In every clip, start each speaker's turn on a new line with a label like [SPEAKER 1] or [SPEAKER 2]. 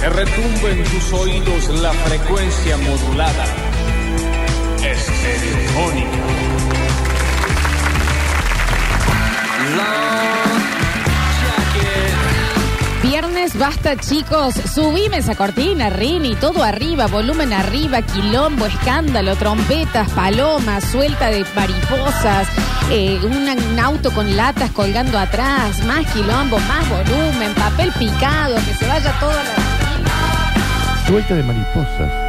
[SPEAKER 1] Tengo en tus oídos la frecuencia modulada. Estereofónica.
[SPEAKER 2] Viernes basta, chicos. Subime esa cortina, Rini, todo arriba, volumen arriba, quilombo, escándalo, trompetas, palomas, suelta de mariposas, eh, un, un auto con latas colgando atrás, más quilombo, más volumen, papel picado, que se vaya todo a la.
[SPEAKER 3] Suelta de mariposas.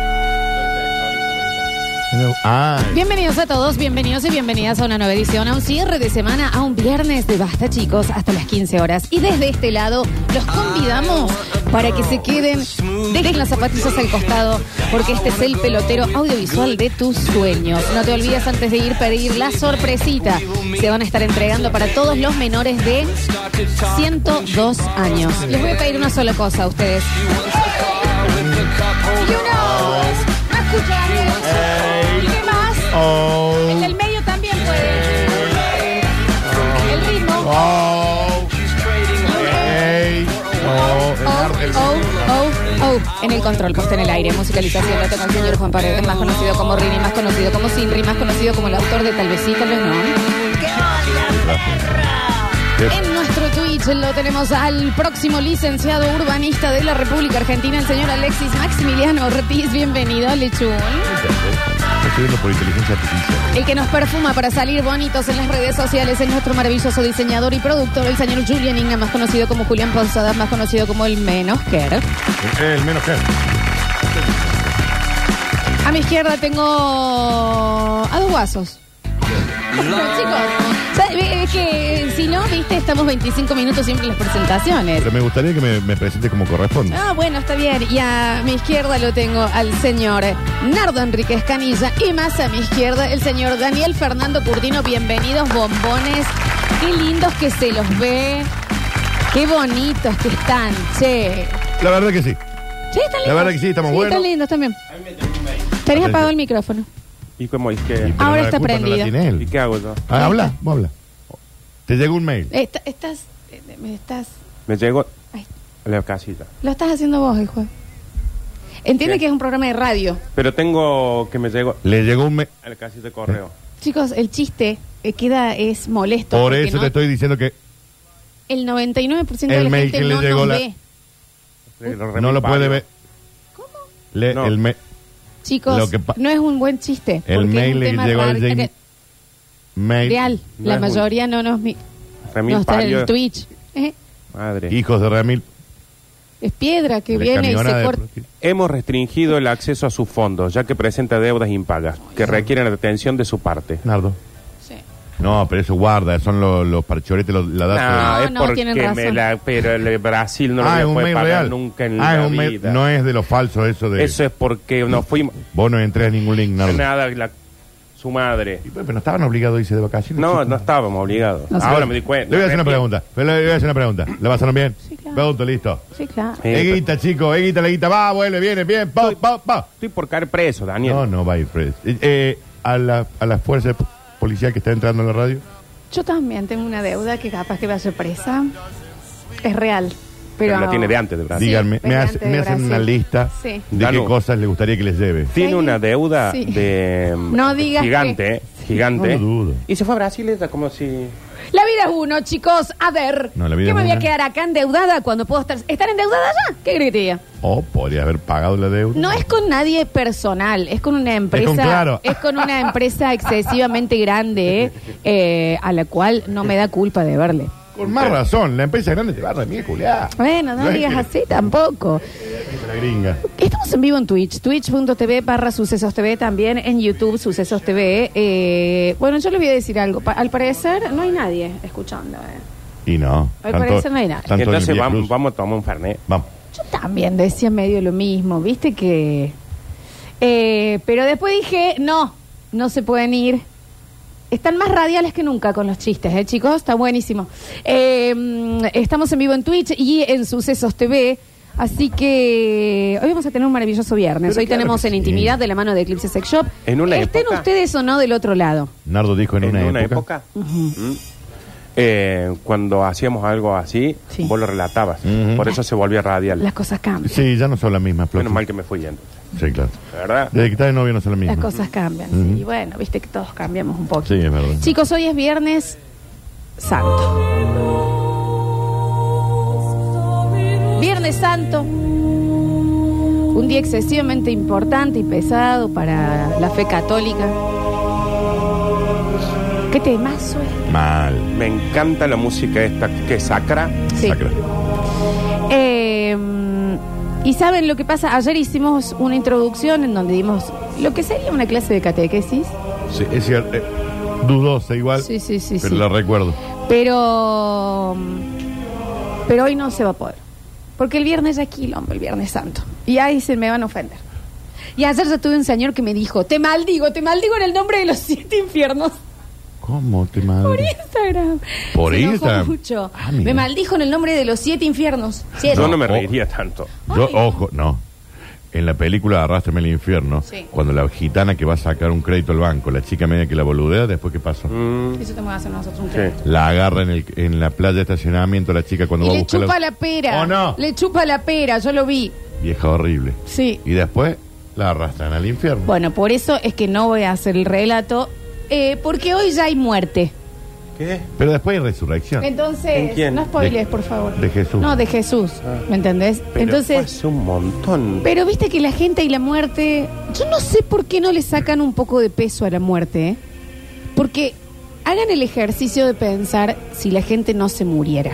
[SPEAKER 3] Hello. Ah,
[SPEAKER 2] Bienvenidos a todos, bienvenidos y bienvenidas a una nueva edición, a un cierre de semana, a un viernes de Basta chicos, hasta las 15 horas. Y desde este lado los convidamos para que se queden, dejen las zapatillas al costado, porque este es el pelotero audiovisual de tus sueños. No te olvides antes de ir pedir la sorpresita. Se van a estar entregando para todos los menores de 102 años. Les voy a pedir una sola cosa a ustedes. Y uno, no escuchar. ¿Y qué más?
[SPEAKER 3] oh,
[SPEAKER 2] El del medio también puede. El ritmo.
[SPEAKER 3] oh, hey, oh, el
[SPEAKER 2] Oh,
[SPEAKER 3] ar- el-
[SPEAKER 2] oh, oh, oh. En el control, puesta en el aire, musicalización, la toca el señor Juan Paredes, más conocido como Rini, más conocido como Sinri, más conocido como el autor de Tal vez sí, tal vez no. En nuestro Twitch lo tenemos al próximo licenciado urbanista de la República Argentina, el señor Alexis Maximiliano Ortiz. Bienvenido, Lechón.
[SPEAKER 3] Estoy viendo por inteligencia artificial.
[SPEAKER 2] El que nos perfuma para salir bonitos en las redes sociales es nuestro maravilloso diseñador y productor, el señor Julian Inga, más conocido como Julián Ponzadas, más conocido como el Menos Care.
[SPEAKER 3] El menos que.
[SPEAKER 2] A mi izquierda tengo a dos guasos. Chicos, ¿sabes? es que si no, viste, estamos 25 minutos siempre en las presentaciones.
[SPEAKER 3] Pero me gustaría que me, me presente como corresponde.
[SPEAKER 2] Ah, bueno, está bien. Y a mi izquierda lo tengo al señor Nardo Enríquez Canilla y más a mi izquierda el señor Daniel Fernando Curtino. Bienvenidos, bombones. Qué lindos que se los ve. Qué bonitos que están, che.
[SPEAKER 3] La verdad que sí.
[SPEAKER 2] Sí, están lindos.
[SPEAKER 3] La verdad que sí, estamos buenos.
[SPEAKER 2] Están lindos también. Tenés apagado el micrófono.
[SPEAKER 4] ¿Y cómo es que?
[SPEAKER 3] Pero
[SPEAKER 2] Ahora
[SPEAKER 3] la
[SPEAKER 2] está
[SPEAKER 3] culpa no la
[SPEAKER 2] prendido.
[SPEAKER 3] tiene él.
[SPEAKER 4] ¿Y qué hago yo?
[SPEAKER 3] Ah, habla, vos habla. Te llegó un mail.
[SPEAKER 2] Esta- estás, eh, me estás,
[SPEAKER 4] Me llego
[SPEAKER 2] ay,
[SPEAKER 4] a la casilla.
[SPEAKER 2] lo estás haciendo vos el juego. Entiende
[SPEAKER 4] ¿Qué?
[SPEAKER 2] que es un programa de radio.
[SPEAKER 4] Pero tengo que me llego
[SPEAKER 3] Le llegó un mail.
[SPEAKER 4] a la casilla de correo.
[SPEAKER 2] Chicos, el chiste eh, queda, es molesto.
[SPEAKER 3] Por
[SPEAKER 2] porque
[SPEAKER 3] eso
[SPEAKER 2] no-
[SPEAKER 3] te estoy diciendo que
[SPEAKER 2] El 99% de
[SPEAKER 3] El
[SPEAKER 2] la
[SPEAKER 3] mail
[SPEAKER 2] gente
[SPEAKER 3] que le
[SPEAKER 2] no
[SPEAKER 3] llegó
[SPEAKER 2] nos
[SPEAKER 3] la-
[SPEAKER 2] ve.
[SPEAKER 3] Eh. no lo puede ver. Le-
[SPEAKER 4] No.
[SPEAKER 3] el mail.
[SPEAKER 2] Chicos,
[SPEAKER 3] Lo que pa-
[SPEAKER 2] no es un buen chiste. porque
[SPEAKER 3] El
[SPEAKER 2] es
[SPEAKER 3] mail
[SPEAKER 2] un
[SPEAKER 3] le
[SPEAKER 2] tema
[SPEAKER 3] llegó al
[SPEAKER 2] raro-
[SPEAKER 3] Jane- mail.
[SPEAKER 2] Real,
[SPEAKER 4] No
[SPEAKER 2] la
[SPEAKER 4] es muy-
[SPEAKER 2] mayoría no nos... mi-
[SPEAKER 4] Remil
[SPEAKER 2] No, está en
[SPEAKER 4] Palio.
[SPEAKER 2] el Twitch. ¿Eh?
[SPEAKER 4] Madre.
[SPEAKER 3] Hijos de Ramil.
[SPEAKER 2] Es piedra que
[SPEAKER 3] La
[SPEAKER 2] viene y
[SPEAKER 3] camionada
[SPEAKER 2] se
[SPEAKER 3] de-
[SPEAKER 2] corta.
[SPEAKER 4] Hemos restringido el acceso a sus fondos, ya que presenta deudas impagas, que requieren atención de su parte.
[SPEAKER 3] Nardo.
[SPEAKER 2] Sí.
[SPEAKER 3] No, pero eso guarda, son los, los parchoretes, los- la data.
[SPEAKER 4] Ah,
[SPEAKER 2] No,
[SPEAKER 4] es
[SPEAKER 2] no,
[SPEAKER 4] porque
[SPEAKER 2] tienen
[SPEAKER 4] me
[SPEAKER 2] razón.
[SPEAKER 4] la, pero el Brasil no lo voy a poder pagar nunca en
[SPEAKER 3] ah,
[SPEAKER 4] la
[SPEAKER 3] es un mail-
[SPEAKER 4] vida.
[SPEAKER 3] No es de los falsos eso de...
[SPEAKER 4] Eso es porque no fuimos
[SPEAKER 3] Vos no entrés a ningún link, Nardo.
[SPEAKER 4] nada la- su madre.
[SPEAKER 3] Y, pues, Pero no estaban obligados a irse de vacaciones.
[SPEAKER 4] No,
[SPEAKER 3] chicos.
[SPEAKER 4] no estábamos obligados.
[SPEAKER 2] No sé.
[SPEAKER 4] Ahora me di cuenta.
[SPEAKER 3] Le voy a hacer una pregunta. pero Le voy a hacer una pregunta. ¿La pasaron bien?
[SPEAKER 2] Sí, claro.
[SPEAKER 3] Pregunto, listo.
[SPEAKER 2] Sí, claro.
[SPEAKER 4] Sí, pero-
[SPEAKER 3] Eguita, chicos, eguita, la guita. Va, vuelve, viene, bien. Pa, pa, pa.
[SPEAKER 4] Estoy por caer preso, Daniel.
[SPEAKER 3] No, no va a ir preso. Eh, eh, a, la, a la fuerza de po- policía que está entrando en la radio.
[SPEAKER 2] Yo también tengo una deuda que capaz que va a ser presa. Es real. Pero,
[SPEAKER 4] Pero la tiene de antes de Brasil.
[SPEAKER 3] Díganme,
[SPEAKER 2] Sí,
[SPEAKER 3] me,
[SPEAKER 2] de
[SPEAKER 3] hace-
[SPEAKER 2] antes de
[SPEAKER 3] me hacen una
[SPEAKER 2] Brasil.
[SPEAKER 3] lista
[SPEAKER 2] Sí.
[SPEAKER 3] de qué
[SPEAKER 4] Danu.
[SPEAKER 3] cosas les gustaría que les lleve.
[SPEAKER 4] Tiene
[SPEAKER 2] Sí.
[SPEAKER 4] una deuda
[SPEAKER 2] Sí.
[SPEAKER 4] de mm,
[SPEAKER 2] No digas que-
[SPEAKER 4] gigante, eh, gigante.
[SPEAKER 3] No lo dudo.
[SPEAKER 4] Y se fue a Brasil era como si
[SPEAKER 2] La vida es uno, chicos. A ver,
[SPEAKER 3] No, la vida
[SPEAKER 2] ¿qué
[SPEAKER 3] es
[SPEAKER 2] me voy a
[SPEAKER 3] una.
[SPEAKER 2] quedar acá endeudada cuando puedo estar... ¿Estar endeudada ya? ¿Qué gritería?
[SPEAKER 3] O podría haber pagado la deuda.
[SPEAKER 2] No es con nadie personal, es con una empresa.
[SPEAKER 3] Es con Claro.
[SPEAKER 2] es con una empresa excesivamente grande eh, eh, a la cual no me da culpa de verle.
[SPEAKER 3] Con más razón, la empresa grande te va a remir, culiá.
[SPEAKER 2] Bueno, no
[SPEAKER 3] es
[SPEAKER 2] digas
[SPEAKER 3] que-
[SPEAKER 2] así tampoco.
[SPEAKER 3] es La gringa.
[SPEAKER 2] Estamos en vivo en Twitch, twitch.tv barra Sucesos TV, también en YouTube Sucesos TV. Eh, bueno, yo le voy a decir algo. Pa- al parecer no hay nadie escuchando. eh.
[SPEAKER 3] Y no.
[SPEAKER 2] Al parecer no hay nada.
[SPEAKER 3] tanto en
[SPEAKER 4] entonces
[SPEAKER 3] el
[SPEAKER 4] vamos,
[SPEAKER 3] Vía Cruz.
[SPEAKER 4] vamos a tomar un fernet.
[SPEAKER 3] Vamos.
[SPEAKER 2] Yo también decía medio lo mismo, viste que... eh, pero después dije, no, no se pueden ir. Están más radiales que nunca con los chistes, ¿eh, chicos? Está buenísimo. Eh, mm, estamos en vivo en Twitch y en Sucesos TV. Así que hoy vamos a tener un maravilloso viernes.
[SPEAKER 3] Pero
[SPEAKER 2] hoy
[SPEAKER 3] claro
[SPEAKER 2] tenemos
[SPEAKER 3] que
[SPEAKER 2] en
[SPEAKER 3] sí.
[SPEAKER 2] intimidad de la mano de Eclipse Sex Shop.
[SPEAKER 4] En una
[SPEAKER 2] Estén
[SPEAKER 4] época-
[SPEAKER 2] ustedes o no del otro lado.
[SPEAKER 3] Nardo dijo en, una, época.
[SPEAKER 4] Mm. eh, cuando hacíamos algo así,
[SPEAKER 2] Sí.
[SPEAKER 4] vos lo relatabas.
[SPEAKER 3] Ujú.
[SPEAKER 4] Por eso se volvía radial.
[SPEAKER 2] Las cosas cambian.
[SPEAKER 3] Sí, ya no son las mismas, Floxy.
[SPEAKER 4] Menos mal que me fui yendo.
[SPEAKER 3] Sí, claro.
[SPEAKER 4] ¿Verdad?
[SPEAKER 3] Desde que estás de novio no son las mismas.
[SPEAKER 2] Las cosas cambian. sí. Y bueno, viste que todos cambiamos un poquito.
[SPEAKER 3] Sí, es verdad.
[SPEAKER 2] Chicos, hoy es viernes santo. Viernes santo. Un día excesivamente importante y pesado para la fe católica. ¿Qué temazo es?
[SPEAKER 3] Mal.
[SPEAKER 4] Me encanta la música esta que es sacra.
[SPEAKER 2] Sí.
[SPEAKER 3] Sacra.
[SPEAKER 2] Eh, y saben lo que pasa, ayer hicimos una introducción en donde dimos lo que sería una clase de catequesis,
[SPEAKER 3] Sí, es cierto. eh, dudosa igual.
[SPEAKER 2] Sí, sí, sí,
[SPEAKER 3] Ah, Pero
[SPEAKER 2] sí.
[SPEAKER 3] la recuerdo.
[SPEAKER 2] pero, pero hoy no se va a poder. Porque el viernes es quilombo, el viernes santo. Y ahí se me van a ofender. Y ayer ya tuve un señor que me dijo, te maldigo, te maldigo en el nombre de los siete infiernos.
[SPEAKER 3] ¿Cómo te madre?
[SPEAKER 2] Por Instagram.
[SPEAKER 3] Por
[SPEAKER 2] Se enojó
[SPEAKER 3] Instagram.
[SPEAKER 2] mucho.
[SPEAKER 3] Ah, mira.
[SPEAKER 2] me maldijo en el nombre de los siete infiernos. Siete.
[SPEAKER 4] Yo no me
[SPEAKER 3] Oh.
[SPEAKER 4] reiría tanto.
[SPEAKER 3] Yo,
[SPEAKER 2] Ay.
[SPEAKER 3] ojo, no. En la película Arrástrame al infierno,
[SPEAKER 2] Sí.
[SPEAKER 3] cuando la gitana que va a sacar un crédito al banco, la chica media que la boludea, después qué pasa?
[SPEAKER 4] Mm,
[SPEAKER 2] Eso te a hacer nosotros un
[SPEAKER 4] Sí.
[SPEAKER 2] crédito.
[SPEAKER 3] La agarra en, el, en la playa de estacionamiento la chica cuando
[SPEAKER 2] Y
[SPEAKER 3] va a
[SPEAKER 2] le
[SPEAKER 3] buscar
[SPEAKER 2] chupa la pera.
[SPEAKER 3] ¿O no?
[SPEAKER 2] Le chupa la pera, yo lo vi.
[SPEAKER 3] Vieja horrible.
[SPEAKER 2] Sí.
[SPEAKER 3] Y después la arrastran al infierno.
[SPEAKER 2] Bueno, por eso es que no voy a hacer el relato, eh, porque hoy ya hay muerte.
[SPEAKER 4] ¿Qué?
[SPEAKER 3] Pero después hay resurrección.
[SPEAKER 4] ¿En
[SPEAKER 2] Entonces,
[SPEAKER 4] quién?
[SPEAKER 2] no spoilees,
[SPEAKER 3] De-
[SPEAKER 2] por favor.
[SPEAKER 3] de Jesús.
[SPEAKER 2] No, de Jesús, ¿me entendés?
[SPEAKER 4] Pero
[SPEAKER 2] Entonces,
[SPEAKER 4] fue hace un montón.
[SPEAKER 2] pero viste que la gente y la muerte, yo no sé por qué no le sacan un poco de peso a la muerte, ¿eh? Porque hagan el ejercicio de pensar si la gente no se muriera.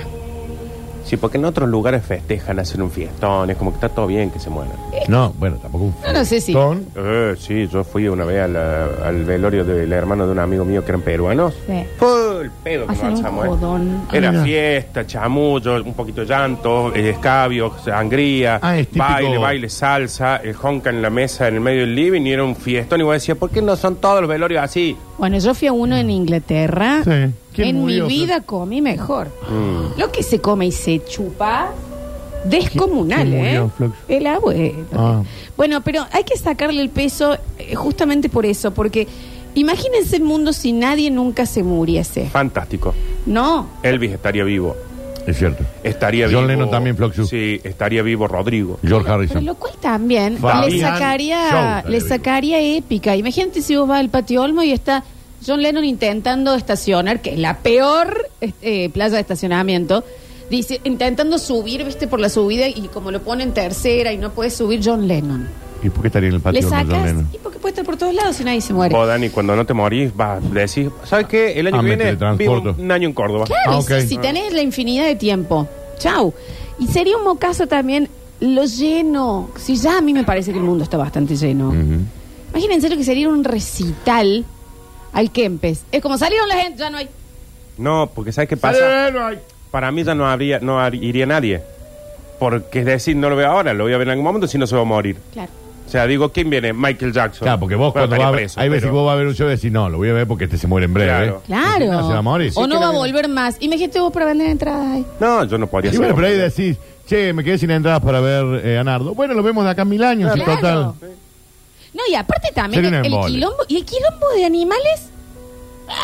[SPEAKER 4] Sí, porque en otros lugares festejan, hacen un fiestón, es como que está todo bien que se mueran.
[SPEAKER 3] No, bueno, tampoco un
[SPEAKER 2] eh. No, no sé si-
[SPEAKER 3] fiestón.
[SPEAKER 4] Eh, sí, yo fui una vez a la- al velorio del hermano de un amigo mío que eran peruanos.
[SPEAKER 2] Sí.
[SPEAKER 4] Fue el pedo que
[SPEAKER 2] Hacen
[SPEAKER 4] nos
[SPEAKER 2] un
[SPEAKER 4] alzamos, eh.
[SPEAKER 2] jodón.
[SPEAKER 4] Era
[SPEAKER 3] Mira.
[SPEAKER 4] fiesta, chamullo, un poquito de llanto, eh, escabio, sangría,
[SPEAKER 3] Ah, es típico.
[SPEAKER 4] baile, baile, salsa, el honka en la mesa en el medio del living y era un fiestón. Y vos decías, ¿por qué no son todos los velorios así?
[SPEAKER 2] Bueno, yo fui a uno en Inglaterra.
[SPEAKER 3] Sí. ¿Quién
[SPEAKER 2] En
[SPEAKER 3] murió?
[SPEAKER 2] mi vida comí mejor. Lo que se come y se chupa, descomunal,
[SPEAKER 3] ¿Quién murió,
[SPEAKER 2] ¿eh?
[SPEAKER 3] Flox?
[SPEAKER 2] El abuelo.
[SPEAKER 3] Ah.
[SPEAKER 2] Bueno, pero hay que sacarle el peso eh, justamente por eso, porque imagínense el mundo si nadie nunca se muriese.
[SPEAKER 4] Ah. Fantástico.
[SPEAKER 2] No.
[SPEAKER 4] Elvis estaría vivo.
[SPEAKER 3] Es cierto.
[SPEAKER 4] Estaría
[SPEAKER 3] John
[SPEAKER 4] vivo.
[SPEAKER 3] Lennon también, Floxu.
[SPEAKER 4] Sí, estaría vivo Rodrigo.
[SPEAKER 3] George
[SPEAKER 2] Pero
[SPEAKER 3] Harrison.
[SPEAKER 2] lo cual también le
[SPEAKER 3] Fabián
[SPEAKER 2] sacaría,
[SPEAKER 3] Show,
[SPEAKER 2] le
[SPEAKER 3] David.
[SPEAKER 2] sacaría épica. Imagínate si vos vas al patio Olmo y está John Lennon intentando estacionar, que es la peor este, eh, playa de estacionamiento. Dice, intentando subir, viste, por la subida y como lo pone en tercera y no puede subir John Lennon.
[SPEAKER 3] ¿Y por qué estaría en el patio
[SPEAKER 2] le
[SPEAKER 3] de John
[SPEAKER 2] sacas
[SPEAKER 3] Lennon?
[SPEAKER 2] y porque puede estar por todos lados si nadie se muere.
[SPEAKER 4] O Dani, cuando no te morís, vas a decir, ¿sabes qué? El año
[SPEAKER 3] Ah,
[SPEAKER 4] que
[SPEAKER 3] me
[SPEAKER 4] viene vivo
[SPEAKER 3] teletransporto.
[SPEAKER 4] un año en Córdoba.
[SPEAKER 2] Claro,
[SPEAKER 3] Ah,
[SPEAKER 2] y
[SPEAKER 3] ok.
[SPEAKER 2] si, si tenés la infinidad de tiempo. Chau. Y sería un mocazo también lo lleno. Si ya a mí me parece que el mundo está bastante lleno.
[SPEAKER 3] Ujú.
[SPEAKER 2] Imagínense lo que sería un recital al Kempes. Es como salieron la gente, ya no hay.
[SPEAKER 4] No, porque ¿sabes qué pasa? Para mí ya no habría, no har- iría nadie. Porque es decir, no lo veo ahora, lo voy a ver en algún momento, si no se va a morir.
[SPEAKER 2] Claro.
[SPEAKER 4] O sea, digo, ¿quién viene? Michael Jackson.
[SPEAKER 3] Claro, porque vos
[SPEAKER 4] Bueno,
[SPEAKER 3] cuando
[SPEAKER 4] estaría
[SPEAKER 3] vas a ver-
[SPEAKER 4] preso,
[SPEAKER 3] hay veces
[SPEAKER 4] pero-
[SPEAKER 3] que vos vas a ver un show y decís, no, lo voy a ver porque este se muere en breve.
[SPEAKER 4] Claro.
[SPEAKER 3] ¿eh?
[SPEAKER 2] Claro.
[SPEAKER 3] No, se va a morir.
[SPEAKER 2] O no va a volver más. Imagínate vos para vender entradas ahí.
[SPEAKER 4] No, yo no podría
[SPEAKER 3] Y
[SPEAKER 4] ser.
[SPEAKER 3] bueno, pero ahí decís, che, me quedé sin entradas para ver eh, a Nardo. Bueno, lo vemos de acá a mil años,
[SPEAKER 2] Claro.
[SPEAKER 3] en total.
[SPEAKER 2] No, y aparte también
[SPEAKER 3] Sería
[SPEAKER 2] el,
[SPEAKER 3] un
[SPEAKER 2] el
[SPEAKER 3] embole.
[SPEAKER 2] quilombo. ¿Y el quilombo de animales? ¡Ah!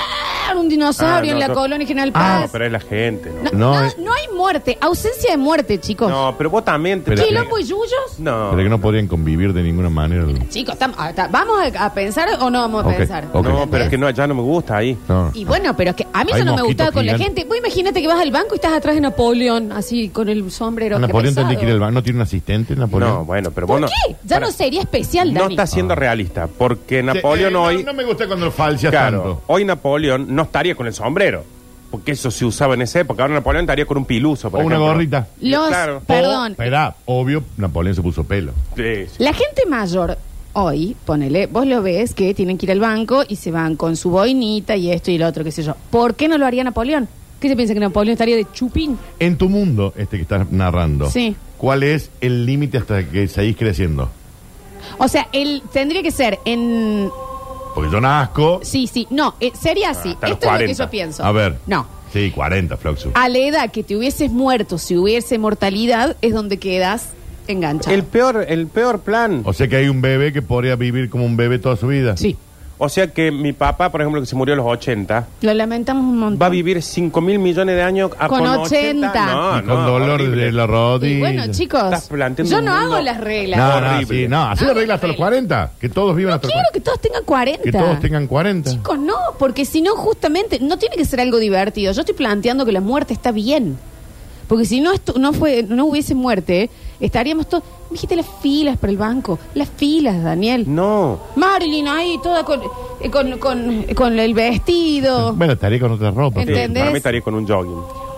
[SPEAKER 2] Un dinosaurio
[SPEAKER 4] Ah, no,
[SPEAKER 2] en la
[SPEAKER 4] yo-
[SPEAKER 2] colonia General
[SPEAKER 4] Ah,
[SPEAKER 2] Paz.
[SPEAKER 4] pero es la gente. No,
[SPEAKER 2] No,
[SPEAKER 3] No,
[SPEAKER 2] no,
[SPEAKER 3] eh.
[SPEAKER 2] no hay muerte. Ausencia de muerte, chicos.
[SPEAKER 4] No, pero vos también. te-
[SPEAKER 3] Pero-
[SPEAKER 2] ¿Quilombo y yuyos?
[SPEAKER 4] No.
[SPEAKER 3] Pero que no podrían convivir de ninguna manera.
[SPEAKER 2] Chicos, tam- ah, ta- ¿vamos a, a pensar o no vamos a
[SPEAKER 3] Ok,
[SPEAKER 2] pensar?
[SPEAKER 3] ok.
[SPEAKER 4] No, pero es que no, ya no me gusta ahí.
[SPEAKER 3] No.
[SPEAKER 2] Y bueno, pero es que a mí eso
[SPEAKER 3] Hay
[SPEAKER 2] no me
[SPEAKER 3] mosquitos
[SPEAKER 2] gustaba con la
[SPEAKER 3] gigantes.
[SPEAKER 2] gente. Vos imagínate que vas al banco y estás atrás de Napoleón, así con el sombrero.
[SPEAKER 3] A
[SPEAKER 2] qué
[SPEAKER 3] Ah, Napoleón
[SPEAKER 2] pesado.
[SPEAKER 3] tendría que ir al banco. ¿No tiene un asistente Napoleón?
[SPEAKER 4] No, bueno, pero
[SPEAKER 2] ¿Por
[SPEAKER 4] vos no.
[SPEAKER 2] qué? Ya
[SPEAKER 4] Para-
[SPEAKER 2] no sería especial,
[SPEAKER 4] No
[SPEAKER 2] Dani.
[SPEAKER 4] está
[SPEAKER 3] Ah.
[SPEAKER 4] siendo realista, porque Napoleón
[SPEAKER 3] Eh, no,
[SPEAKER 4] hoy.
[SPEAKER 3] No, me gusta cuando lo falseas
[SPEAKER 4] Claro,
[SPEAKER 3] tanto.
[SPEAKER 4] hoy Napoleón no estaría con el sombrero, porque eso se usaba en esa época. Ahora Napoleón estaría con un piluso, por
[SPEAKER 3] O una
[SPEAKER 4] ejemplo.
[SPEAKER 3] gorrita.
[SPEAKER 2] Los,
[SPEAKER 4] Claro.
[SPEAKER 2] perdón,
[SPEAKER 3] Espera, obvio, Napoleón se puso pelo.
[SPEAKER 4] Sí, sí.
[SPEAKER 2] la gente mayor hoy, ponele, vos lo ves que tienen que ir al banco y se van con su boinita y esto y lo otro, qué sé yo. ¿Por qué no lo haría Napoleón? ¿Qué se piensa que Napoleón estaría de chupín?
[SPEAKER 3] En tu mundo, este que estás narrando,
[SPEAKER 2] Sí.
[SPEAKER 3] ¿cuál es el límite hasta que seguís creciendo?
[SPEAKER 2] O sea, él tendría que ser en
[SPEAKER 3] Porque yo nazco.
[SPEAKER 2] Sí, sí, no, eh, sería así.
[SPEAKER 4] Ah, hasta
[SPEAKER 2] Esto es
[SPEAKER 4] los
[SPEAKER 2] lo que
[SPEAKER 4] 40.
[SPEAKER 2] yo pienso.
[SPEAKER 3] A ver.
[SPEAKER 2] No.
[SPEAKER 3] Sí, 40, Floxu.
[SPEAKER 2] A la edad que te hubieses muerto, si hubiese mortalidad, es donde quedas enganchado.
[SPEAKER 4] El peor, el peor plan.
[SPEAKER 3] O sea que hay un bebé que podría vivir como un bebé toda su vida.
[SPEAKER 2] Sí.
[SPEAKER 4] O sea que mi papá, por ejemplo, que se murió a los 80,
[SPEAKER 2] Lo lamentamos un montón.
[SPEAKER 4] va a vivir 5 mil millones de años a,
[SPEAKER 2] Con 80.
[SPEAKER 4] No,
[SPEAKER 3] Y con
[SPEAKER 4] no,
[SPEAKER 3] dolor
[SPEAKER 4] horrible.
[SPEAKER 3] de la rodilla.
[SPEAKER 2] Ah, Y bueno, chicos,
[SPEAKER 4] Estás planteando
[SPEAKER 2] yo
[SPEAKER 4] un
[SPEAKER 2] no
[SPEAKER 4] mundo-
[SPEAKER 2] hago las reglas.
[SPEAKER 3] No, no,
[SPEAKER 4] Horrible.
[SPEAKER 3] sí, no. Así
[SPEAKER 2] No,
[SPEAKER 3] la regla hasta los
[SPEAKER 2] horrible.
[SPEAKER 3] 40. Que todos vivan hasta los
[SPEAKER 2] Quiero
[SPEAKER 3] 40.
[SPEAKER 2] que todos tengan 40.
[SPEAKER 3] Que todos tengan 40.
[SPEAKER 2] Chicos, no, porque si no, justamente, no tiene que ser algo divertido. Yo estoy planteando que la muerte está bien. Porque si no, estu- no, fue, no hubiese muerte, estaríamos todos... Dijiste las filas para el banco. Las filas, Daniel.
[SPEAKER 4] No.
[SPEAKER 2] Marilyn ahí, toda con, eh, con, con- con el vestido.
[SPEAKER 3] Bueno, estaría con otra ropa.
[SPEAKER 4] Sí,
[SPEAKER 3] pero-
[SPEAKER 2] Entendí. ¿Entendés?
[SPEAKER 4] Eh, para mí estaría con un jogging.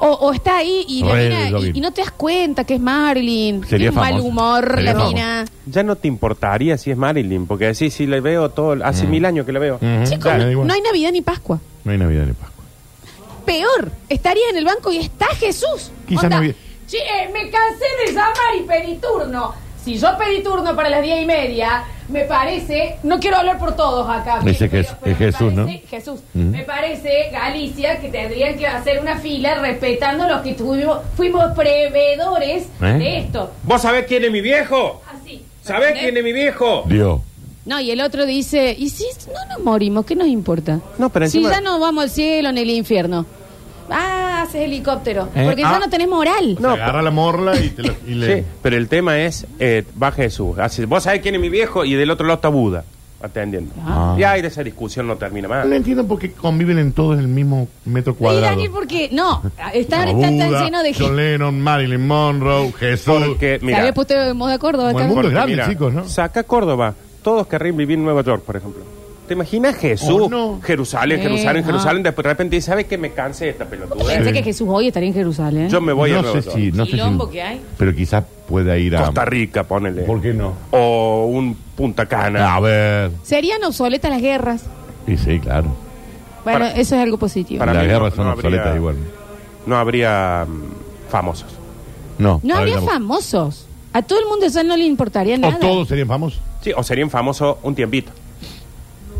[SPEAKER 2] O, o está ahí y, la
[SPEAKER 3] Re
[SPEAKER 2] mina- y-
[SPEAKER 3] Joaquín.
[SPEAKER 2] y no te das cuenta que es Marilyn. Tiene
[SPEAKER 3] Sería
[SPEAKER 2] un mal
[SPEAKER 3] famoso.
[SPEAKER 2] humor
[SPEAKER 3] Sería
[SPEAKER 2] la
[SPEAKER 3] famoso.
[SPEAKER 2] mina.
[SPEAKER 4] Ya no te importaría si es Marilyn, porque así si la veo todo,
[SPEAKER 3] Mm.
[SPEAKER 4] hace mil años que la veo.
[SPEAKER 3] Ujú.
[SPEAKER 2] Chicos,
[SPEAKER 3] Claro, igual.
[SPEAKER 2] no hay Navidad ni Pascua.
[SPEAKER 3] No hay Navidad ni Pascua.
[SPEAKER 2] Peor, estaría en el banco y está Jesús.
[SPEAKER 3] Quizá
[SPEAKER 2] Onda,
[SPEAKER 3] Navidad.
[SPEAKER 2] "Che, me cansé de llamar y pedí turno. Si yo pedí turno para las diez y media, me parece, no quiero hablar por todos acá.
[SPEAKER 3] Dice que es- es
[SPEAKER 2] me
[SPEAKER 3] Jesús, ¿no?
[SPEAKER 2] parece- Jesús.
[SPEAKER 3] Mm.
[SPEAKER 2] Me parece, Galicia, que tendrían que hacer una fila respetando los que tuvimos, fuimos prevedores
[SPEAKER 3] ¿Eh?
[SPEAKER 2] de esto.
[SPEAKER 4] ¿Vos sabés quién es mi viejo?
[SPEAKER 2] Así. ¿Eh?
[SPEAKER 4] ¿Sabés
[SPEAKER 2] ¿Entendés?
[SPEAKER 4] quién es mi viejo?
[SPEAKER 3] Dios.
[SPEAKER 2] No, y el otro dice, ¿y si no nos morimos? ¿Qué nos importa?
[SPEAKER 4] No, pero
[SPEAKER 2] si
[SPEAKER 4] encima-
[SPEAKER 2] ya no vamos al cielo ni al infierno. Ah, haces helicóptero.
[SPEAKER 3] Eh,
[SPEAKER 2] porque
[SPEAKER 3] ah.
[SPEAKER 2] ya no tenés moral.
[SPEAKER 4] No,
[SPEAKER 3] agarra la morla y, te la- y le.
[SPEAKER 4] Sí, pero el tema es, eh, va Jesús. Así, Vos sabés quién es mi viejo y del otro lado está Buda, atendiendo.
[SPEAKER 3] Ah.
[SPEAKER 4] Y ahí de esa discusión no termina más.
[SPEAKER 3] No entiendo por qué conviven en todos el mismo metro
[SPEAKER 2] Y
[SPEAKER 3] cuadrado.
[SPEAKER 2] Daniel, porque no, está,
[SPEAKER 3] Como
[SPEAKER 2] está tan
[SPEAKER 3] Buda,
[SPEAKER 2] lleno de
[SPEAKER 3] John
[SPEAKER 2] gente.
[SPEAKER 3] Lennon, Marilyn Monroe, Jesús.
[SPEAKER 4] Porque,
[SPEAKER 2] Se
[SPEAKER 4] mira,
[SPEAKER 2] había puesto de moda Córdoba
[SPEAKER 3] Bueno,
[SPEAKER 2] acá.
[SPEAKER 3] bueno.
[SPEAKER 4] porque,
[SPEAKER 3] pues, es grande, chicos, ¿no?
[SPEAKER 4] Saca Córdoba. Todos querrían vivir en Nueva York, por ejemplo. ¿Te imaginas Jesús?
[SPEAKER 3] Oh, no.
[SPEAKER 4] Jerusalén,
[SPEAKER 2] Sí,
[SPEAKER 4] Jerusalén,
[SPEAKER 2] no.
[SPEAKER 4] Jerusalén. De repente, ¿sabes que me cansé de esta pelotuda? ¿eh?
[SPEAKER 2] Pensé
[SPEAKER 3] Sí.
[SPEAKER 2] que Jesús hoy estaría en Jerusalén.
[SPEAKER 4] Yo me voy a
[SPEAKER 3] no
[SPEAKER 4] Nueva
[SPEAKER 3] sé
[SPEAKER 4] York.
[SPEAKER 3] si, no sé si-
[SPEAKER 2] Quilombo que hay.
[SPEAKER 3] Pero quizás pueda ir a.
[SPEAKER 4] Costa Rica, ponele.
[SPEAKER 3] ¿Por qué no?
[SPEAKER 4] O un Punta Cana.
[SPEAKER 3] A ver.
[SPEAKER 2] Serían obsoletas las guerras.
[SPEAKER 3] Y sí, claro.
[SPEAKER 2] Bueno,
[SPEAKER 4] Para-
[SPEAKER 2] eso es algo positivo.
[SPEAKER 4] Para
[SPEAKER 3] Las
[SPEAKER 4] mí
[SPEAKER 3] guerras
[SPEAKER 4] no-
[SPEAKER 3] son
[SPEAKER 4] no habría-
[SPEAKER 3] obsoletas igual.
[SPEAKER 4] No habría mm, famosos.
[SPEAKER 3] No.
[SPEAKER 2] no
[SPEAKER 3] para mí
[SPEAKER 2] habría
[SPEAKER 3] tampoco.
[SPEAKER 2] famosos. A todo el mundo ya no le importaría
[SPEAKER 3] O
[SPEAKER 2] nada.
[SPEAKER 3] todos serían famosos.
[SPEAKER 4] Sí, o serían famosos un tiempito.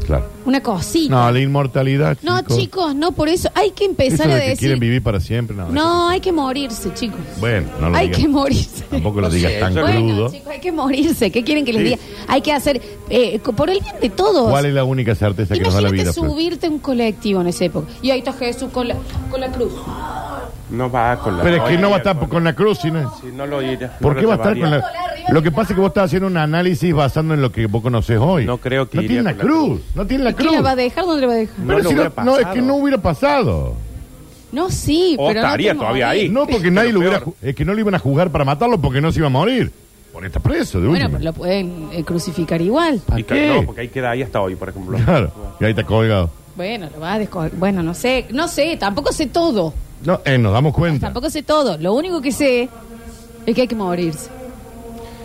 [SPEAKER 3] Claro.
[SPEAKER 2] Una cosita.
[SPEAKER 3] No, la inmortalidad.
[SPEAKER 2] No, chicos, no por eso. Hay que
[SPEAKER 3] Eso
[SPEAKER 2] empezar
[SPEAKER 3] de
[SPEAKER 2] a
[SPEAKER 3] que
[SPEAKER 2] decir.
[SPEAKER 3] quieren vivir para siempre. No.
[SPEAKER 2] No, hay que morirse, chicos.
[SPEAKER 3] Bueno, no lo
[SPEAKER 2] hay
[SPEAKER 3] digas.
[SPEAKER 2] que morirse.
[SPEAKER 3] Tampoco lo digas
[SPEAKER 4] sé,
[SPEAKER 3] tan
[SPEAKER 4] yo-
[SPEAKER 2] Bueno,
[SPEAKER 3] crudo.
[SPEAKER 2] chicos, hay que morirse. ¿Qué quieren que les
[SPEAKER 3] Sí.
[SPEAKER 2] diga? Hay que hacer. eh, co- por el bien de todos.
[SPEAKER 3] ¿Cuál es la única certeza que nos da la
[SPEAKER 2] Imagínate
[SPEAKER 3] vida? Flor?
[SPEAKER 2] subirte a un colectivo en esa época. Y ahí está Jesús con la, con la cruz.
[SPEAKER 4] No va con la.
[SPEAKER 3] Pero es que no va a estar por- con la cruz, sino.
[SPEAKER 4] Sí, no lo iría.
[SPEAKER 3] ¿Por
[SPEAKER 4] no
[SPEAKER 3] qué
[SPEAKER 4] lo
[SPEAKER 3] va a estar
[SPEAKER 4] llevaría.
[SPEAKER 3] con la.? Lo que pasa es que vos estás haciendo un análisis basando en lo que vos conocés hoy.
[SPEAKER 4] No creo que
[SPEAKER 3] No tiene
[SPEAKER 4] iría
[SPEAKER 3] la
[SPEAKER 4] con la
[SPEAKER 3] cruz. No tiene la
[SPEAKER 2] ¿Quién
[SPEAKER 3] cruz.
[SPEAKER 2] la va a dejar? ¿Dónde la va a dejar?
[SPEAKER 4] No
[SPEAKER 3] Pero
[SPEAKER 4] lo
[SPEAKER 3] si
[SPEAKER 4] hubiera
[SPEAKER 3] no, no, es que
[SPEAKER 4] pasado.
[SPEAKER 3] no hubiera pasado.
[SPEAKER 2] No, sí,
[SPEAKER 4] O
[SPEAKER 3] Oh,
[SPEAKER 2] pero. no
[SPEAKER 4] estaría
[SPEAKER 2] te
[SPEAKER 4] todavía
[SPEAKER 2] morís.
[SPEAKER 4] ahí. Sí,
[SPEAKER 3] No, porque
[SPEAKER 4] pero
[SPEAKER 3] nadie lo hubiera.
[SPEAKER 4] peor.
[SPEAKER 3] ju- Es que no lo iban a juzgar para matarlo porque no se iba a morir. Por estar preso, de
[SPEAKER 2] Bueno,
[SPEAKER 3] última.
[SPEAKER 2] pero lo pueden eh, crucificar igual.
[SPEAKER 3] ¿Para
[SPEAKER 4] Y que-
[SPEAKER 3] qué?
[SPEAKER 4] No, porque ahí queda ahí hasta hoy, por ejemplo.
[SPEAKER 3] Claro, y ahí está colgado.
[SPEAKER 2] Bueno, lo va a desco- Bueno, no sé. No sé, tampoco sé todo.
[SPEAKER 3] No, eh, nos damos cuenta.
[SPEAKER 2] Tampoco sé todo. Lo único que sé es que hay que morirse.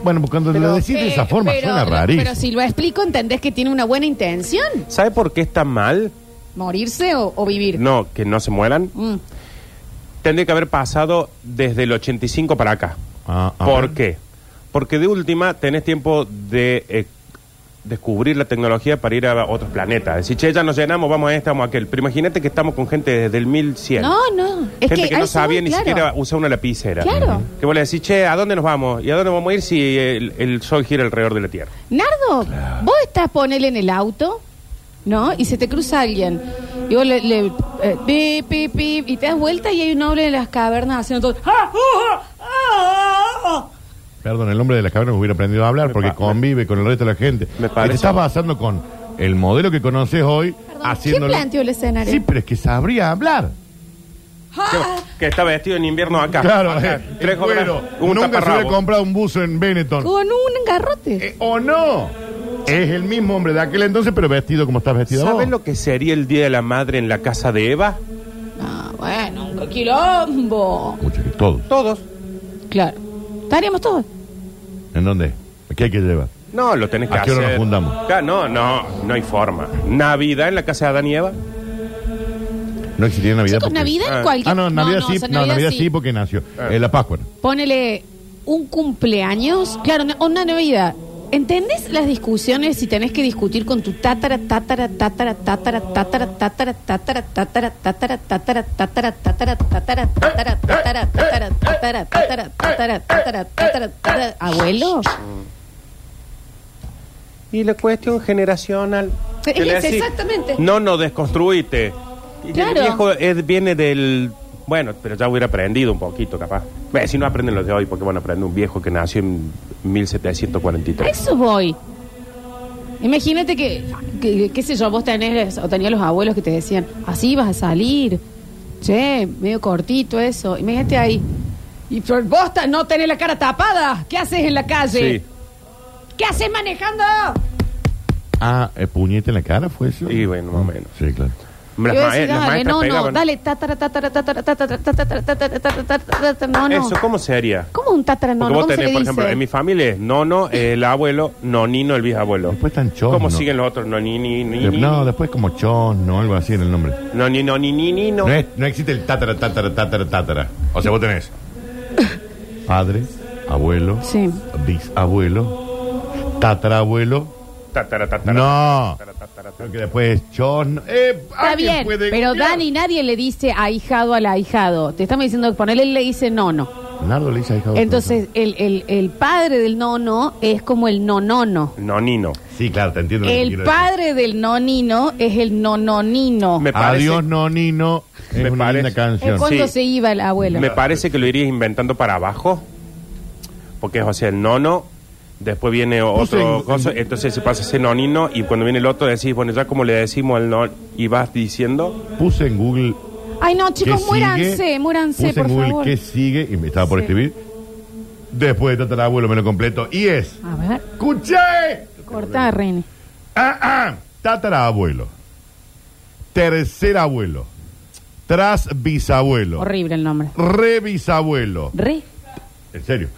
[SPEAKER 3] Bueno, porque cuando lo decís
[SPEAKER 2] eh,
[SPEAKER 3] de esa forma
[SPEAKER 2] pero-
[SPEAKER 3] suena
[SPEAKER 2] no,
[SPEAKER 3] rarísimo.
[SPEAKER 2] Pero si lo explico, entendés que tiene una buena intención.
[SPEAKER 4] ¿Sabe por qué está mal?
[SPEAKER 2] Morirse o, o vivir.
[SPEAKER 4] No, que no se mueran.
[SPEAKER 2] Mm.
[SPEAKER 4] Tendría que haber pasado desde el 85 para acá.
[SPEAKER 3] Ah, ah,
[SPEAKER 4] ¿Por
[SPEAKER 3] bueno.
[SPEAKER 4] qué? Porque de última tenés tiempo de eh, descubrir la tecnología para ir a otros planetas. Decir, che, ya nos llenamos, vamos a este, vamos a aquel. Pero imagínate que estamos con gente desde el 1100.
[SPEAKER 2] No, no. Es
[SPEAKER 4] gente que,
[SPEAKER 2] a
[SPEAKER 4] no
[SPEAKER 2] eso
[SPEAKER 4] sabía
[SPEAKER 2] voy,
[SPEAKER 4] ni
[SPEAKER 2] claro.
[SPEAKER 4] siquiera usar una lapicera.
[SPEAKER 2] Claro.
[SPEAKER 4] Que vos le decís, che, ¿a dónde nos vamos? ¿Y a dónde vamos a ir si el, el sol gira alrededor de la Tierra?
[SPEAKER 2] Nardo, vos estás ponele en el auto, ¿no? Y se te cruza alguien. Y vos le. le eh, pip, pip, pip, y te das vuelta y hay un hombre de las cavernas haciendo todo. ¡Ah, ah, ah, ah, ah!
[SPEAKER 3] Perdón, el hombre de las cavernas hubiera aprendido a hablar
[SPEAKER 4] Me
[SPEAKER 3] porque
[SPEAKER 4] pa-
[SPEAKER 3] convive con el resto de la gente.
[SPEAKER 4] Me
[SPEAKER 3] Y
[SPEAKER 4] parece-
[SPEAKER 3] Te estás basando con el modelo que conoces hoy.
[SPEAKER 2] Perdón,
[SPEAKER 3] haciéndolo...
[SPEAKER 2] ¿quién planteó el escenario?
[SPEAKER 3] Sí, pero es que sabría hablar.
[SPEAKER 4] Que, que está vestido en invierno acá.
[SPEAKER 3] Claro,
[SPEAKER 4] Acá,
[SPEAKER 3] eh,
[SPEAKER 4] tres
[SPEAKER 3] el cuero.
[SPEAKER 4] horas, un
[SPEAKER 3] Nunca se hubiera
[SPEAKER 4] taparrabo.
[SPEAKER 3] comprado un buzo en Benetton.
[SPEAKER 2] Con un garrote.
[SPEAKER 3] Eh, ¿O no? Es el mismo hombre de aquel entonces, pero vestido como estás vestido vos.
[SPEAKER 4] ¿Sabes lo que sería el Día de la Madre en la casa de Eva?
[SPEAKER 2] Ah, bueno, un quilombo.
[SPEAKER 3] Mucho que todos.
[SPEAKER 4] Todos.
[SPEAKER 2] Claro. Estaríamos todos.
[SPEAKER 3] ¿En dónde? ¿Qué hay que llevar?
[SPEAKER 4] No, lo tenés que
[SPEAKER 3] ¿A qué
[SPEAKER 4] hacer.
[SPEAKER 3] hora nos juntamos?
[SPEAKER 4] Ca- No, no, no hay forma. Navidad en la casa de Adán y Eva.
[SPEAKER 3] No existiría Navidad.
[SPEAKER 2] Chicos,
[SPEAKER 3] porque-
[SPEAKER 2] Navidad en
[SPEAKER 4] Ah.
[SPEAKER 2] cualquier.
[SPEAKER 3] Ah, no, Navidad sí.
[SPEAKER 2] o sea,
[SPEAKER 3] no, Navidad sí porque nació.
[SPEAKER 4] Ah.
[SPEAKER 3] Eh, la Pascua.
[SPEAKER 2] Ponele un cumpleaños, claro, una, una Navidad. ¿Entendés las discusiones si tenés que discutir con tu tatara, tatara, tatara, tatara, tatara, tatara, tatara, tatara, tatara, tatara, tatara, tatara, tatara, tatara, tatara, tatara, tatara, tatara, tatara, tatara, tatara, tatara, abuelo?
[SPEAKER 4] Y la cuestión generacional.
[SPEAKER 2] Sí,
[SPEAKER 4] Que le
[SPEAKER 2] es
[SPEAKER 4] decís,
[SPEAKER 2] exactamente.
[SPEAKER 4] No nos desconstruiste. Y
[SPEAKER 2] Claro.
[SPEAKER 4] El viejo es- viene del. Bueno, pero ya hubiera aprendido un poquito, capaz. Ve, si no aprenden los de hoy, porque bueno, aprende un viejo que nació en
[SPEAKER 2] A
[SPEAKER 4] 1743.
[SPEAKER 2] eso voy. Imagínate que, que- qué sé yo, vos tenés o tenías los abuelos que te decían, así vas a salir. Che, medio cortito eso. Imagínate ahí. Y pero vos ta- no tenés la cara tapada. ¿Qué haces en la calle?
[SPEAKER 4] Sí.
[SPEAKER 2] ¿Qué haces manejando?
[SPEAKER 3] Ah, eh, puñete en la cara fue eso.
[SPEAKER 4] Y bueno, más o menos.
[SPEAKER 3] Sí, claro.
[SPEAKER 4] Las,
[SPEAKER 2] Yo
[SPEAKER 4] ma-
[SPEAKER 2] decía,
[SPEAKER 4] las
[SPEAKER 2] dale, no,
[SPEAKER 4] maestras
[SPEAKER 2] no,
[SPEAKER 4] pegaban.
[SPEAKER 2] dale, tatara, tatara, tatara, tatara, tatara, tatara, tatara, tatara, tatara, no, no.
[SPEAKER 4] Eso, ¿cómo se haría?
[SPEAKER 2] ¿Cómo un tatara no?
[SPEAKER 4] Porque
[SPEAKER 2] no?
[SPEAKER 4] vos
[SPEAKER 2] ¿Cómo se
[SPEAKER 4] tenés,
[SPEAKER 2] le
[SPEAKER 4] por ejemplo,
[SPEAKER 2] dice?
[SPEAKER 4] en mi familia es nono, el abuelo, nonino, el bisabuelo.
[SPEAKER 3] Después tan chorno.
[SPEAKER 4] ¿Cómo siguen los otros? Nonini,
[SPEAKER 3] De-
[SPEAKER 4] nini,
[SPEAKER 3] Eh, No, después como chon, o algo así en el nombre.
[SPEAKER 4] noni, noni, nini, no.
[SPEAKER 3] No, es- no existe el tátara, tátara, tátara, tátara. O sea, vos tenés padre, abuelo,
[SPEAKER 2] Sí.
[SPEAKER 3] bisabuelo, tatarabuelo.
[SPEAKER 4] Tatara, tatara,
[SPEAKER 3] No.
[SPEAKER 4] tatara, tatara, tatara.
[SPEAKER 3] Creo que después chon. Eh,
[SPEAKER 2] Está
[SPEAKER 3] alguien
[SPEAKER 2] bien,
[SPEAKER 3] puede
[SPEAKER 2] pero
[SPEAKER 3] googlear.
[SPEAKER 2] Dani nadie le dice ahijado al ahijado. Te estamos diciendo que ponele, él le dice nono.
[SPEAKER 3] Nardo le dice ahijado.
[SPEAKER 2] Entonces, el, el, el padre del nono es como el nonono.
[SPEAKER 4] Nonino.
[SPEAKER 3] Sí, claro, te entiendo. lo que
[SPEAKER 2] El
[SPEAKER 3] quiero decir.
[SPEAKER 2] padre del nonino es el nononino.
[SPEAKER 4] Me parece-
[SPEAKER 3] Oh. Adiós, nonino. Es
[SPEAKER 4] Me
[SPEAKER 3] una
[SPEAKER 4] parece-
[SPEAKER 3] linda canción.
[SPEAKER 2] Es cuando
[SPEAKER 4] Sí.
[SPEAKER 2] se iba el abuelo.
[SPEAKER 4] Me parece que lo irías inventando para abajo. Porque es, o sea, el nono, después viene otro
[SPEAKER 3] en-
[SPEAKER 4] cosa, entonces se pasa a ser nonino y cuando viene el otro decís, bueno, ya como le decimos al non, y vas diciendo,
[SPEAKER 3] Puse en Google.
[SPEAKER 2] Ay, no, chicos,
[SPEAKER 3] ¿qué
[SPEAKER 2] muéranse,
[SPEAKER 3] sigue?
[SPEAKER 2] muéranse,
[SPEAKER 3] Puse
[SPEAKER 2] por
[SPEAKER 3] en Google
[SPEAKER 2] favor.
[SPEAKER 3] qué sigue y me estaba por
[SPEAKER 2] Sí.
[SPEAKER 3] escribir. Después de tatarabuelo me lo completo. Y es.
[SPEAKER 2] A ver,
[SPEAKER 3] ¡Escuché!
[SPEAKER 2] corta, René.
[SPEAKER 3] Ah, ah, tatarabuelo. Tercer abuelo. Tras bisabuelo.
[SPEAKER 2] Horrible el nombre.
[SPEAKER 3] Re bisabuelo.
[SPEAKER 2] Re.
[SPEAKER 3] En serio.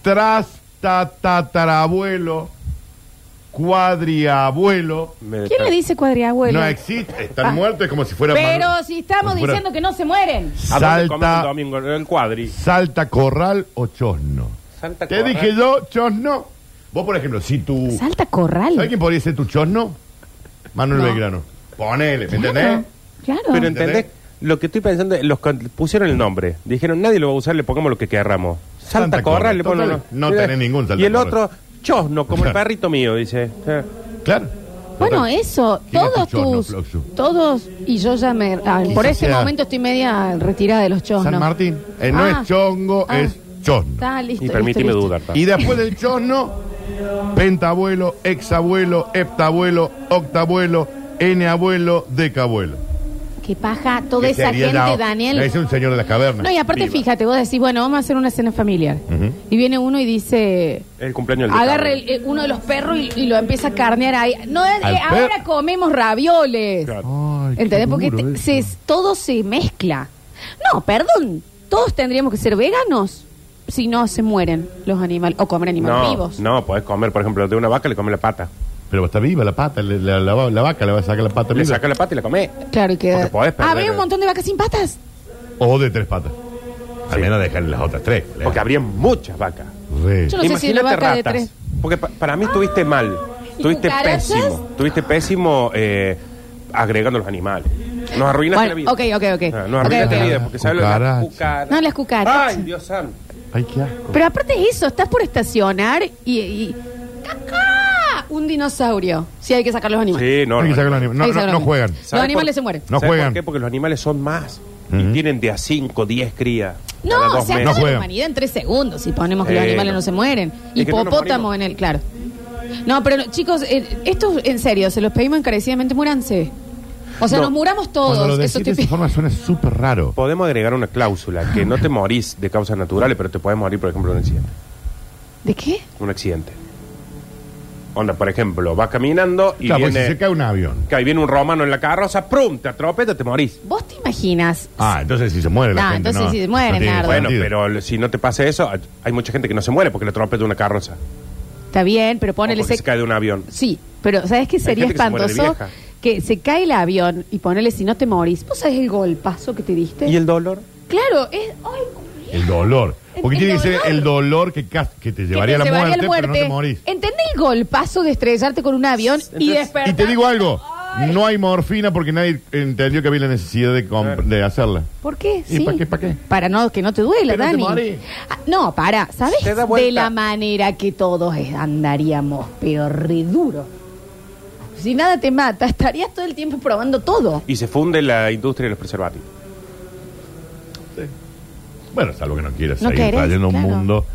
[SPEAKER 3] Tras ta- tatarabuelo. Cuadriabuelo.
[SPEAKER 4] me-
[SPEAKER 2] ¿Quién le dice cuadriabuelo?
[SPEAKER 3] No existe. Están
[SPEAKER 2] Ah.
[SPEAKER 3] muertos es como si fuera
[SPEAKER 2] Pero
[SPEAKER 3] Manu-
[SPEAKER 2] si estamos
[SPEAKER 3] como fuera-
[SPEAKER 2] diciendo que no se mueren.
[SPEAKER 4] ¿A dónde comemos el
[SPEAKER 3] Salta,
[SPEAKER 4] domingo? El cuadri.
[SPEAKER 3] salta corral o chosno.
[SPEAKER 4] Salta
[SPEAKER 3] Te
[SPEAKER 4] corral.
[SPEAKER 3] dije yo, chosno. Vos, por ejemplo, si tu.
[SPEAKER 2] Salta
[SPEAKER 3] ¿Sabes
[SPEAKER 2] corral.
[SPEAKER 3] quién podría ser tu chosno? Manuel
[SPEAKER 2] No.
[SPEAKER 3] Belgrano. Ponele, ¿me
[SPEAKER 2] Claro.
[SPEAKER 3] entendés?
[SPEAKER 2] claro.
[SPEAKER 4] Pero
[SPEAKER 3] ¿Entendés?
[SPEAKER 4] entendés, lo que estoy pensando, los con- pusieron el nombre, dijeron, nadie lo va a usar, le pongamos lo que querramos. Salta,
[SPEAKER 3] Salta
[SPEAKER 4] corral, le
[SPEAKER 3] corral,
[SPEAKER 4] ponen.
[SPEAKER 3] total, no
[SPEAKER 4] Mira,
[SPEAKER 3] tenés ningún salta
[SPEAKER 4] Y el
[SPEAKER 3] corral.
[SPEAKER 4] otro, chosno, como el
[SPEAKER 3] Claro.
[SPEAKER 4] perrito mío, dice. Eh,
[SPEAKER 3] Claro.
[SPEAKER 2] Bueno,
[SPEAKER 3] Total.
[SPEAKER 2] eso,
[SPEAKER 3] ¿Quién es
[SPEAKER 2] todos
[SPEAKER 3] tu chorno,
[SPEAKER 2] tus,
[SPEAKER 3] Floxu?
[SPEAKER 2] todos, y yo ya me, ah, por
[SPEAKER 3] Quizás
[SPEAKER 2] este
[SPEAKER 3] sea-
[SPEAKER 2] momento estoy media retirada de los chosnos.
[SPEAKER 3] San Martín. Eh, no
[SPEAKER 2] Ah.
[SPEAKER 3] es chongo,
[SPEAKER 2] Ah.
[SPEAKER 3] es chosno.
[SPEAKER 2] Está listo.
[SPEAKER 4] y
[SPEAKER 2] listo,
[SPEAKER 4] permíteme
[SPEAKER 2] listo.
[SPEAKER 4] dudar. pa.
[SPEAKER 3] Y después del chosno, pentabuelo, exabuelo, heptabuelo, octabuelo, enabuelo, decabuelo.
[SPEAKER 2] Qué paja toda
[SPEAKER 3] Que
[SPEAKER 2] esa
[SPEAKER 3] sería
[SPEAKER 2] gente,
[SPEAKER 3] la-
[SPEAKER 2] Daniel.
[SPEAKER 3] la dice un señor de las cavernas.
[SPEAKER 2] No, y aparte,
[SPEAKER 4] Viva.
[SPEAKER 2] fíjate, vos decís, bueno, vamos a hacer una cena familiar.
[SPEAKER 3] Ujú.
[SPEAKER 2] Y viene uno y dice,
[SPEAKER 4] El cumpleaños del
[SPEAKER 2] agarra
[SPEAKER 4] Ricardo.
[SPEAKER 2] el- eh, uno de los perros y, y lo empieza a carnear ahí. No, eh,
[SPEAKER 3] Al
[SPEAKER 2] ahora
[SPEAKER 3] perro.
[SPEAKER 2] comemos ravioles.
[SPEAKER 4] Claro.
[SPEAKER 3] Ay, qué
[SPEAKER 2] ¿Entendés? Porque
[SPEAKER 3] duro
[SPEAKER 2] te-
[SPEAKER 3] eso.
[SPEAKER 2] se- todo se mezcla. No, perdón. Todos tendríamos que ser veganos si no se mueren los animales o comer animales
[SPEAKER 4] no,
[SPEAKER 2] vivos.
[SPEAKER 4] No, podés comer, por ejemplo, de una vaca le come la pata.
[SPEAKER 3] Pero está viva la pata, le- la, la- la vaca le va a sacar la pata
[SPEAKER 4] Le
[SPEAKER 3] viva.
[SPEAKER 4] saca la pata y la come.
[SPEAKER 2] Claro, y queda.
[SPEAKER 4] Porque podés perder.
[SPEAKER 2] Ah, había un montón de vacas sin patas.
[SPEAKER 3] O de tres patas. Al menos dejarle las otras tres. le-
[SPEAKER 4] Porque habría muchas vacas.
[SPEAKER 3] Re.
[SPEAKER 2] Yo no sé si la vaca de tres. Ah,
[SPEAKER 4] Porque pa- para mí estuviste mal. Estuviste
[SPEAKER 2] cucarachas?
[SPEAKER 4] pésimo. Estuviste pésimo eh, agregando los animales. Nos arruinaste
[SPEAKER 2] Bueno,
[SPEAKER 4] la vida.
[SPEAKER 2] ok, ok, ok.
[SPEAKER 4] Ah, Nos arruinaste
[SPEAKER 2] Ok, ok.
[SPEAKER 4] la vida porque sabes lo de las
[SPEAKER 3] Cucarachas.
[SPEAKER 4] cucarachas.
[SPEAKER 2] No, las cucarachas.
[SPEAKER 4] Ay, Dios santo.
[SPEAKER 3] Ay, qué asco.
[SPEAKER 2] Pero aparte de eso, estás por estacionar y. y- ¡Cacá! Un dinosaurio. Sí, hay que sacar los animales.
[SPEAKER 4] Sí, no.
[SPEAKER 3] Hay que
[SPEAKER 4] no.
[SPEAKER 3] sacar los animales.
[SPEAKER 2] Hay que
[SPEAKER 3] No,
[SPEAKER 2] sacar
[SPEAKER 3] no, no juegan.
[SPEAKER 2] Los
[SPEAKER 4] ¿Sabes
[SPEAKER 2] animales
[SPEAKER 4] por-
[SPEAKER 2] se mueren.
[SPEAKER 3] No
[SPEAKER 4] ¿sabes
[SPEAKER 3] juegan.
[SPEAKER 4] por qué? Porque los animales son más.
[SPEAKER 3] Ujú.
[SPEAKER 4] Y tienen de a 5, 10 crías. cada
[SPEAKER 2] No,
[SPEAKER 4] dos
[SPEAKER 2] se
[SPEAKER 4] meses.
[SPEAKER 2] acaba la
[SPEAKER 3] juegan.
[SPEAKER 2] humanidad en tres segundos si ponemos que los
[SPEAKER 4] Eh,
[SPEAKER 2] animales no
[SPEAKER 4] no.
[SPEAKER 2] se mueren.
[SPEAKER 4] Es que no nos
[SPEAKER 2] Hipopótamo
[SPEAKER 4] morimos.
[SPEAKER 2] en el, claro. No, pero chicos, eh, esto en serio, se los pedimos encarecidamente, muranse. O sea,
[SPEAKER 4] No.
[SPEAKER 2] nos muramos
[SPEAKER 3] Cuando lo
[SPEAKER 2] todos. Eso
[SPEAKER 3] decís de
[SPEAKER 2] te
[SPEAKER 3] esa
[SPEAKER 2] pido.
[SPEAKER 3] forma suena súper raro.
[SPEAKER 4] Podemos agregar una cláusula que no te morís de causas naturales, pero te puedes morir, por ejemplo, de un accidente.
[SPEAKER 2] ¿De qué?
[SPEAKER 4] Un accidente. Onda, por ejemplo, vas caminando y
[SPEAKER 3] Claro, porque
[SPEAKER 4] viene,
[SPEAKER 3] si se cae un avión.
[SPEAKER 4] Claro, y viene un romano en la carroza, ¡prum! Te atropella, te morís.
[SPEAKER 2] ¿Vos te imaginas?
[SPEAKER 3] Ah, entonces si se muere la
[SPEAKER 2] No,
[SPEAKER 3] gente.
[SPEAKER 2] entonces
[SPEAKER 3] no,
[SPEAKER 2] si se muere,
[SPEAKER 3] no tiene
[SPEAKER 2] Nardo.
[SPEAKER 4] Bueno,
[SPEAKER 3] sentido.
[SPEAKER 4] pero si no te pasa eso, hay- hay mucha gente que no se muere porque le atropella una carroza.
[SPEAKER 2] Está bien, pero
[SPEAKER 4] O
[SPEAKER 2] ponele
[SPEAKER 4] porque se
[SPEAKER 2] ese...
[SPEAKER 4] cae de un avión.
[SPEAKER 2] Sí, pero ¿sabes qué sería
[SPEAKER 4] gente que se muere de
[SPEAKER 2] espantoso?
[SPEAKER 4] vieja.
[SPEAKER 2] Que se cae el avión y ponele si no te morís. ¿Vos sabés el golpazo que te diste?
[SPEAKER 4] ¿Y el dolor?
[SPEAKER 2] Claro, es... ¡Ay,
[SPEAKER 3] El dolor. Porque
[SPEAKER 2] El
[SPEAKER 3] tiene que ser
[SPEAKER 2] dolor.
[SPEAKER 3] el dolor que, cas- que te
[SPEAKER 2] que
[SPEAKER 3] llevaría a
[SPEAKER 2] te
[SPEAKER 3] la
[SPEAKER 2] llevaría
[SPEAKER 3] muerte,
[SPEAKER 2] al
[SPEAKER 3] pero no te morís.
[SPEAKER 2] ¿Entendés el golpazo de estrellarte con un avión y
[SPEAKER 4] Entonces-
[SPEAKER 2] despertar?
[SPEAKER 3] Y te digo algo. No hay morfina porque nadie entendió que había la necesidad de, comp-
[SPEAKER 4] Claro.
[SPEAKER 3] de hacerla.
[SPEAKER 2] ¿Por qué?
[SPEAKER 3] ¿Y para qué, para qué?
[SPEAKER 2] Para no, que no te duela,
[SPEAKER 3] Que no te
[SPEAKER 2] Dani.
[SPEAKER 3] morís.
[SPEAKER 2] Ah, no, para, ¿sabes?
[SPEAKER 4] Te da
[SPEAKER 2] De
[SPEAKER 4] vuelta.
[SPEAKER 2] la manera que todos es- andaríamos, pero re duro. Si nada te mata, estarías todo el tiempo probando todo.
[SPEAKER 4] Y se funde la industria de los preservativos.
[SPEAKER 3] Bueno, salvo que no quieras
[SPEAKER 2] No
[SPEAKER 3] seguir
[SPEAKER 2] querés,
[SPEAKER 3] trayendo un
[SPEAKER 2] claro.
[SPEAKER 3] mundo,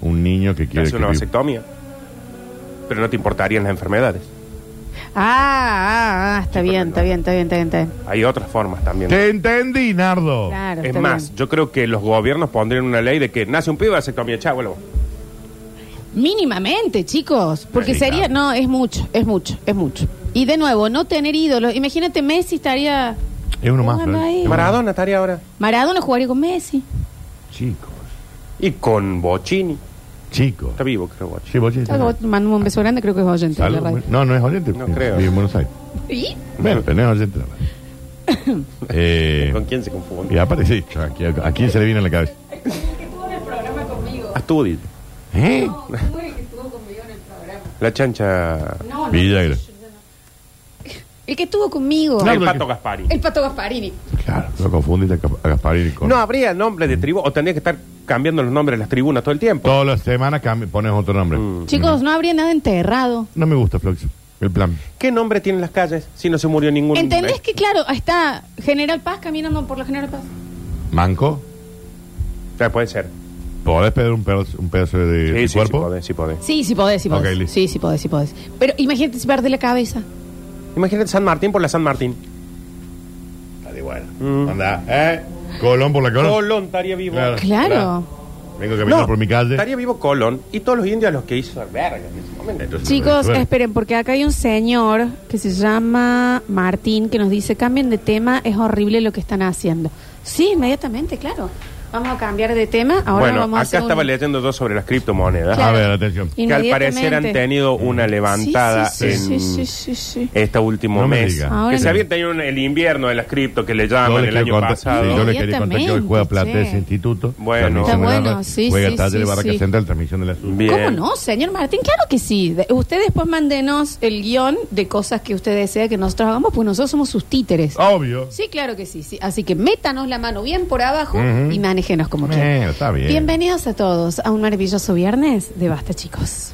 [SPEAKER 3] un niño que
[SPEAKER 4] Te
[SPEAKER 3] quiere
[SPEAKER 4] hace una
[SPEAKER 3] que...
[SPEAKER 4] vasectomía. Pero no te importarían las enfermedades.
[SPEAKER 2] Ah, ah, ah, está
[SPEAKER 4] Sí,
[SPEAKER 2] bien,
[SPEAKER 4] pero
[SPEAKER 2] está
[SPEAKER 4] no.
[SPEAKER 2] bien, está bien, está bien, está bien.
[SPEAKER 4] Hay otras formas también.
[SPEAKER 3] Te entendí, Nardo.
[SPEAKER 2] Claro,
[SPEAKER 4] Es
[SPEAKER 2] está
[SPEAKER 4] más,
[SPEAKER 2] bien.
[SPEAKER 4] yo creo que los gobiernos pondrían una ley de que nace un pibe, vasectomía, chavo, bueno,
[SPEAKER 2] Mínimamente, chicos. Porque
[SPEAKER 3] Sí,
[SPEAKER 2] sería.
[SPEAKER 3] claro.
[SPEAKER 2] No, es mucho, es mucho, es mucho. Y de nuevo, no tener ídolos. Imagínate, Messi estaría.
[SPEAKER 3] Es uno más,
[SPEAKER 2] Bueno,
[SPEAKER 3] Flor.
[SPEAKER 2] ahí.
[SPEAKER 3] Es uno más.
[SPEAKER 4] Maradona estaría ahora.
[SPEAKER 2] Maradona jugaría con Messi.
[SPEAKER 3] Chicos,
[SPEAKER 4] Y con Bocini.
[SPEAKER 3] chicos.
[SPEAKER 4] Está vivo, creo, Bocini.
[SPEAKER 3] Sí, vos sí,
[SPEAKER 2] Algo,
[SPEAKER 3] sí.
[SPEAKER 2] Mandame un beso grande, creo que es oyente. de la
[SPEAKER 3] Salud.
[SPEAKER 2] radio.
[SPEAKER 3] No, no es oyente.
[SPEAKER 4] No creo.
[SPEAKER 3] Vive en Buenos Aires.
[SPEAKER 2] ¿Y?
[SPEAKER 3] Bueno, pero no es oyente. de la radio. eh,
[SPEAKER 4] ¿Con quién se confunde?
[SPEAKER 3] y aparte, sí, aquí- ¿a, quién se le viene en la cabeza?
[SPEAKER 4] A Astudillo.
[SPEAKER 3] ¿Eh?
[SPEAKER 4] La chancha.
[SPEAKER 3] Villagra.
[SPEAKER 2] El que estuvo conmigo.
[SPEAKER 3] No,
[SPEAKER 4] el
[SPEAKER 3] porque-
[SPEAKER 4] pato Gaspari.
[SPEAKER 2] El Pato Gasparini.
[SPEAKER 3] Claro, lo confundiste a Cap- a Gasparini con...
[SPEAKER 4] No habría nombre de tribu, o tendría que estar cambiando los nombres de las tribunas todo el tiempo.
[SPEAKER 3] Todas las semanas cambi- pones otro nombre.
[SPEAKER 4] Mm.
[SPEAKER 2] Chicos, no habría nada enterrado.
[SPEAKER 3] No me gusta, Flox, el plan.
[SPEAKER 4] ¿Qué nombre tienen las calles si no se murió ningún eh?
[SPEAKER 2] ¿Entendés que, claro, está General Paz caminando por la General Paz?
[SPEAKER 3] Manco,
[SPEAKER 4] Ah, puede ser.
[SPEAKER 3] ¿podés pedir un pedazo, un pedazo de, de
[SPEAKER 4] Sí, sí, sí,
[SPEAKER 3] cuerpo?
[SPEAKER 4] podés, sí podés.
[SPEAKER 2] Sí, sí podés, sí podés.
[SPEAKER 3] Ok, listo.
[SPEAKER 2] sí, sí podés, sí podés. Pero imagínate si perdés la cabeza.
[SPEAKER 4] Imagínate San Martín por la San Martín.
[SPEAKER 3] Dale, bueno. Anda, ¿eh? Colón por la corona.
[SPEAKER 4] Mm. Colón estaría vivo.
[SPEAKER 3] Claro.
[SPEAKER 2] Claro.
[SPEAKER 3] Vengo caminando por mi calle.
[SPEAKER 4] Estaría vivo Colón y todos los indios a los que hizo verga en ese momento.
[SPEAKER 3] Entonces,
[SPEAKER 2] Chicos,
[SPEAKER 3] bueno,
[SPEAKER 2] esperen, porque acá hay un señor que se llama Martín que nos dice, cambien de tema, es horrible lo que están haciendo. Sí, inmediatamente, claro. Vamos a cambiar de tema, ahora
[SPEAKER 4] bueno,
[SPEAKER 2] vamos a
[SPEAKER 4] acá
[SPEAKER 2] hacer
[SPEAKER 4] estaba
[SPEAKER 2] un-
[SPEAKER 4] leyendo yo sobre las criptomonedas.
[SPEAKER 2] Claro.
[SPEAKER 3] A ver, atención.
[SPEAKER 4] Que al parecer han
[SPEAKER 2] Inmediatamente.
[SPEAKER 4] tenido una levantada
[SPEAKER 2] Sí, sí, sí,
[SPEAKER 4] en
[SPEAKER 2] sí, sí, sí.
[SPEAKER 4] este último
[SPEAKER 3] No me
[SPEAKER 4] mes.
[SPEAKER 3] digas.
[SPEAKER 2] Ahora
[SPEAKER 4] Que se
[SPEAKER 2] no.
[SPEAKER 4] había tenido un- el invierno de las cripto que le
[SPEAKER 3] Yo les
[SPEAKER 4] llaman Ah, el
[SPEAKER 3] quiero
[SPEAKER 4] año
[SPEAKER 3] contar- sí, yo
[SPEAKER 4] pasado.
[SPEAKER 3] les quería contar que hoy juega Platea ese instituto.
[SPEAKER 4] Bueno.
[SPEAKER 3] Transmisión
[SPEAKER 4] Está
[SPEAKER 3] de la
[SPEAKER 2] bueno,
[SPEAKER 3] radio,
[SPEAKER 2] sí,
[SPEAKER 3] Juega
[SPEAKER 2] sí,
[SPEAKER 3] Taller
[SPEAKER 2] sí,
[SPEAKER 3] de Barraca
[SPEAKER 2] sí.
[SPEAKER 3] Central, transmisión de la Sur.
[SPEAKER 4] Bien.
[SPEAKER 2] ¿Cómo no, señor Martín? Claro que sí. De- Usted después mándenos el guión de cosas que usted desea que nosotros hagamos, pues nosotros somos sus títeres.
[SPEAKER 3] Oh. Obvio.
[SPEAKER 2] Sí, claro que sí, sí. Así que métanos la mano bien por abajo
[SPEAKER 3] Ujú.
[SPEAKER 2] y manéjenos como
[SPEAKER 3] Bueno,
[SPEAKER 2] quieran.
[SPEAKER 3] está bien.
[SPEAKER 2] Bienvenidos a todos a un maravilloso viernes de Basta, chicos.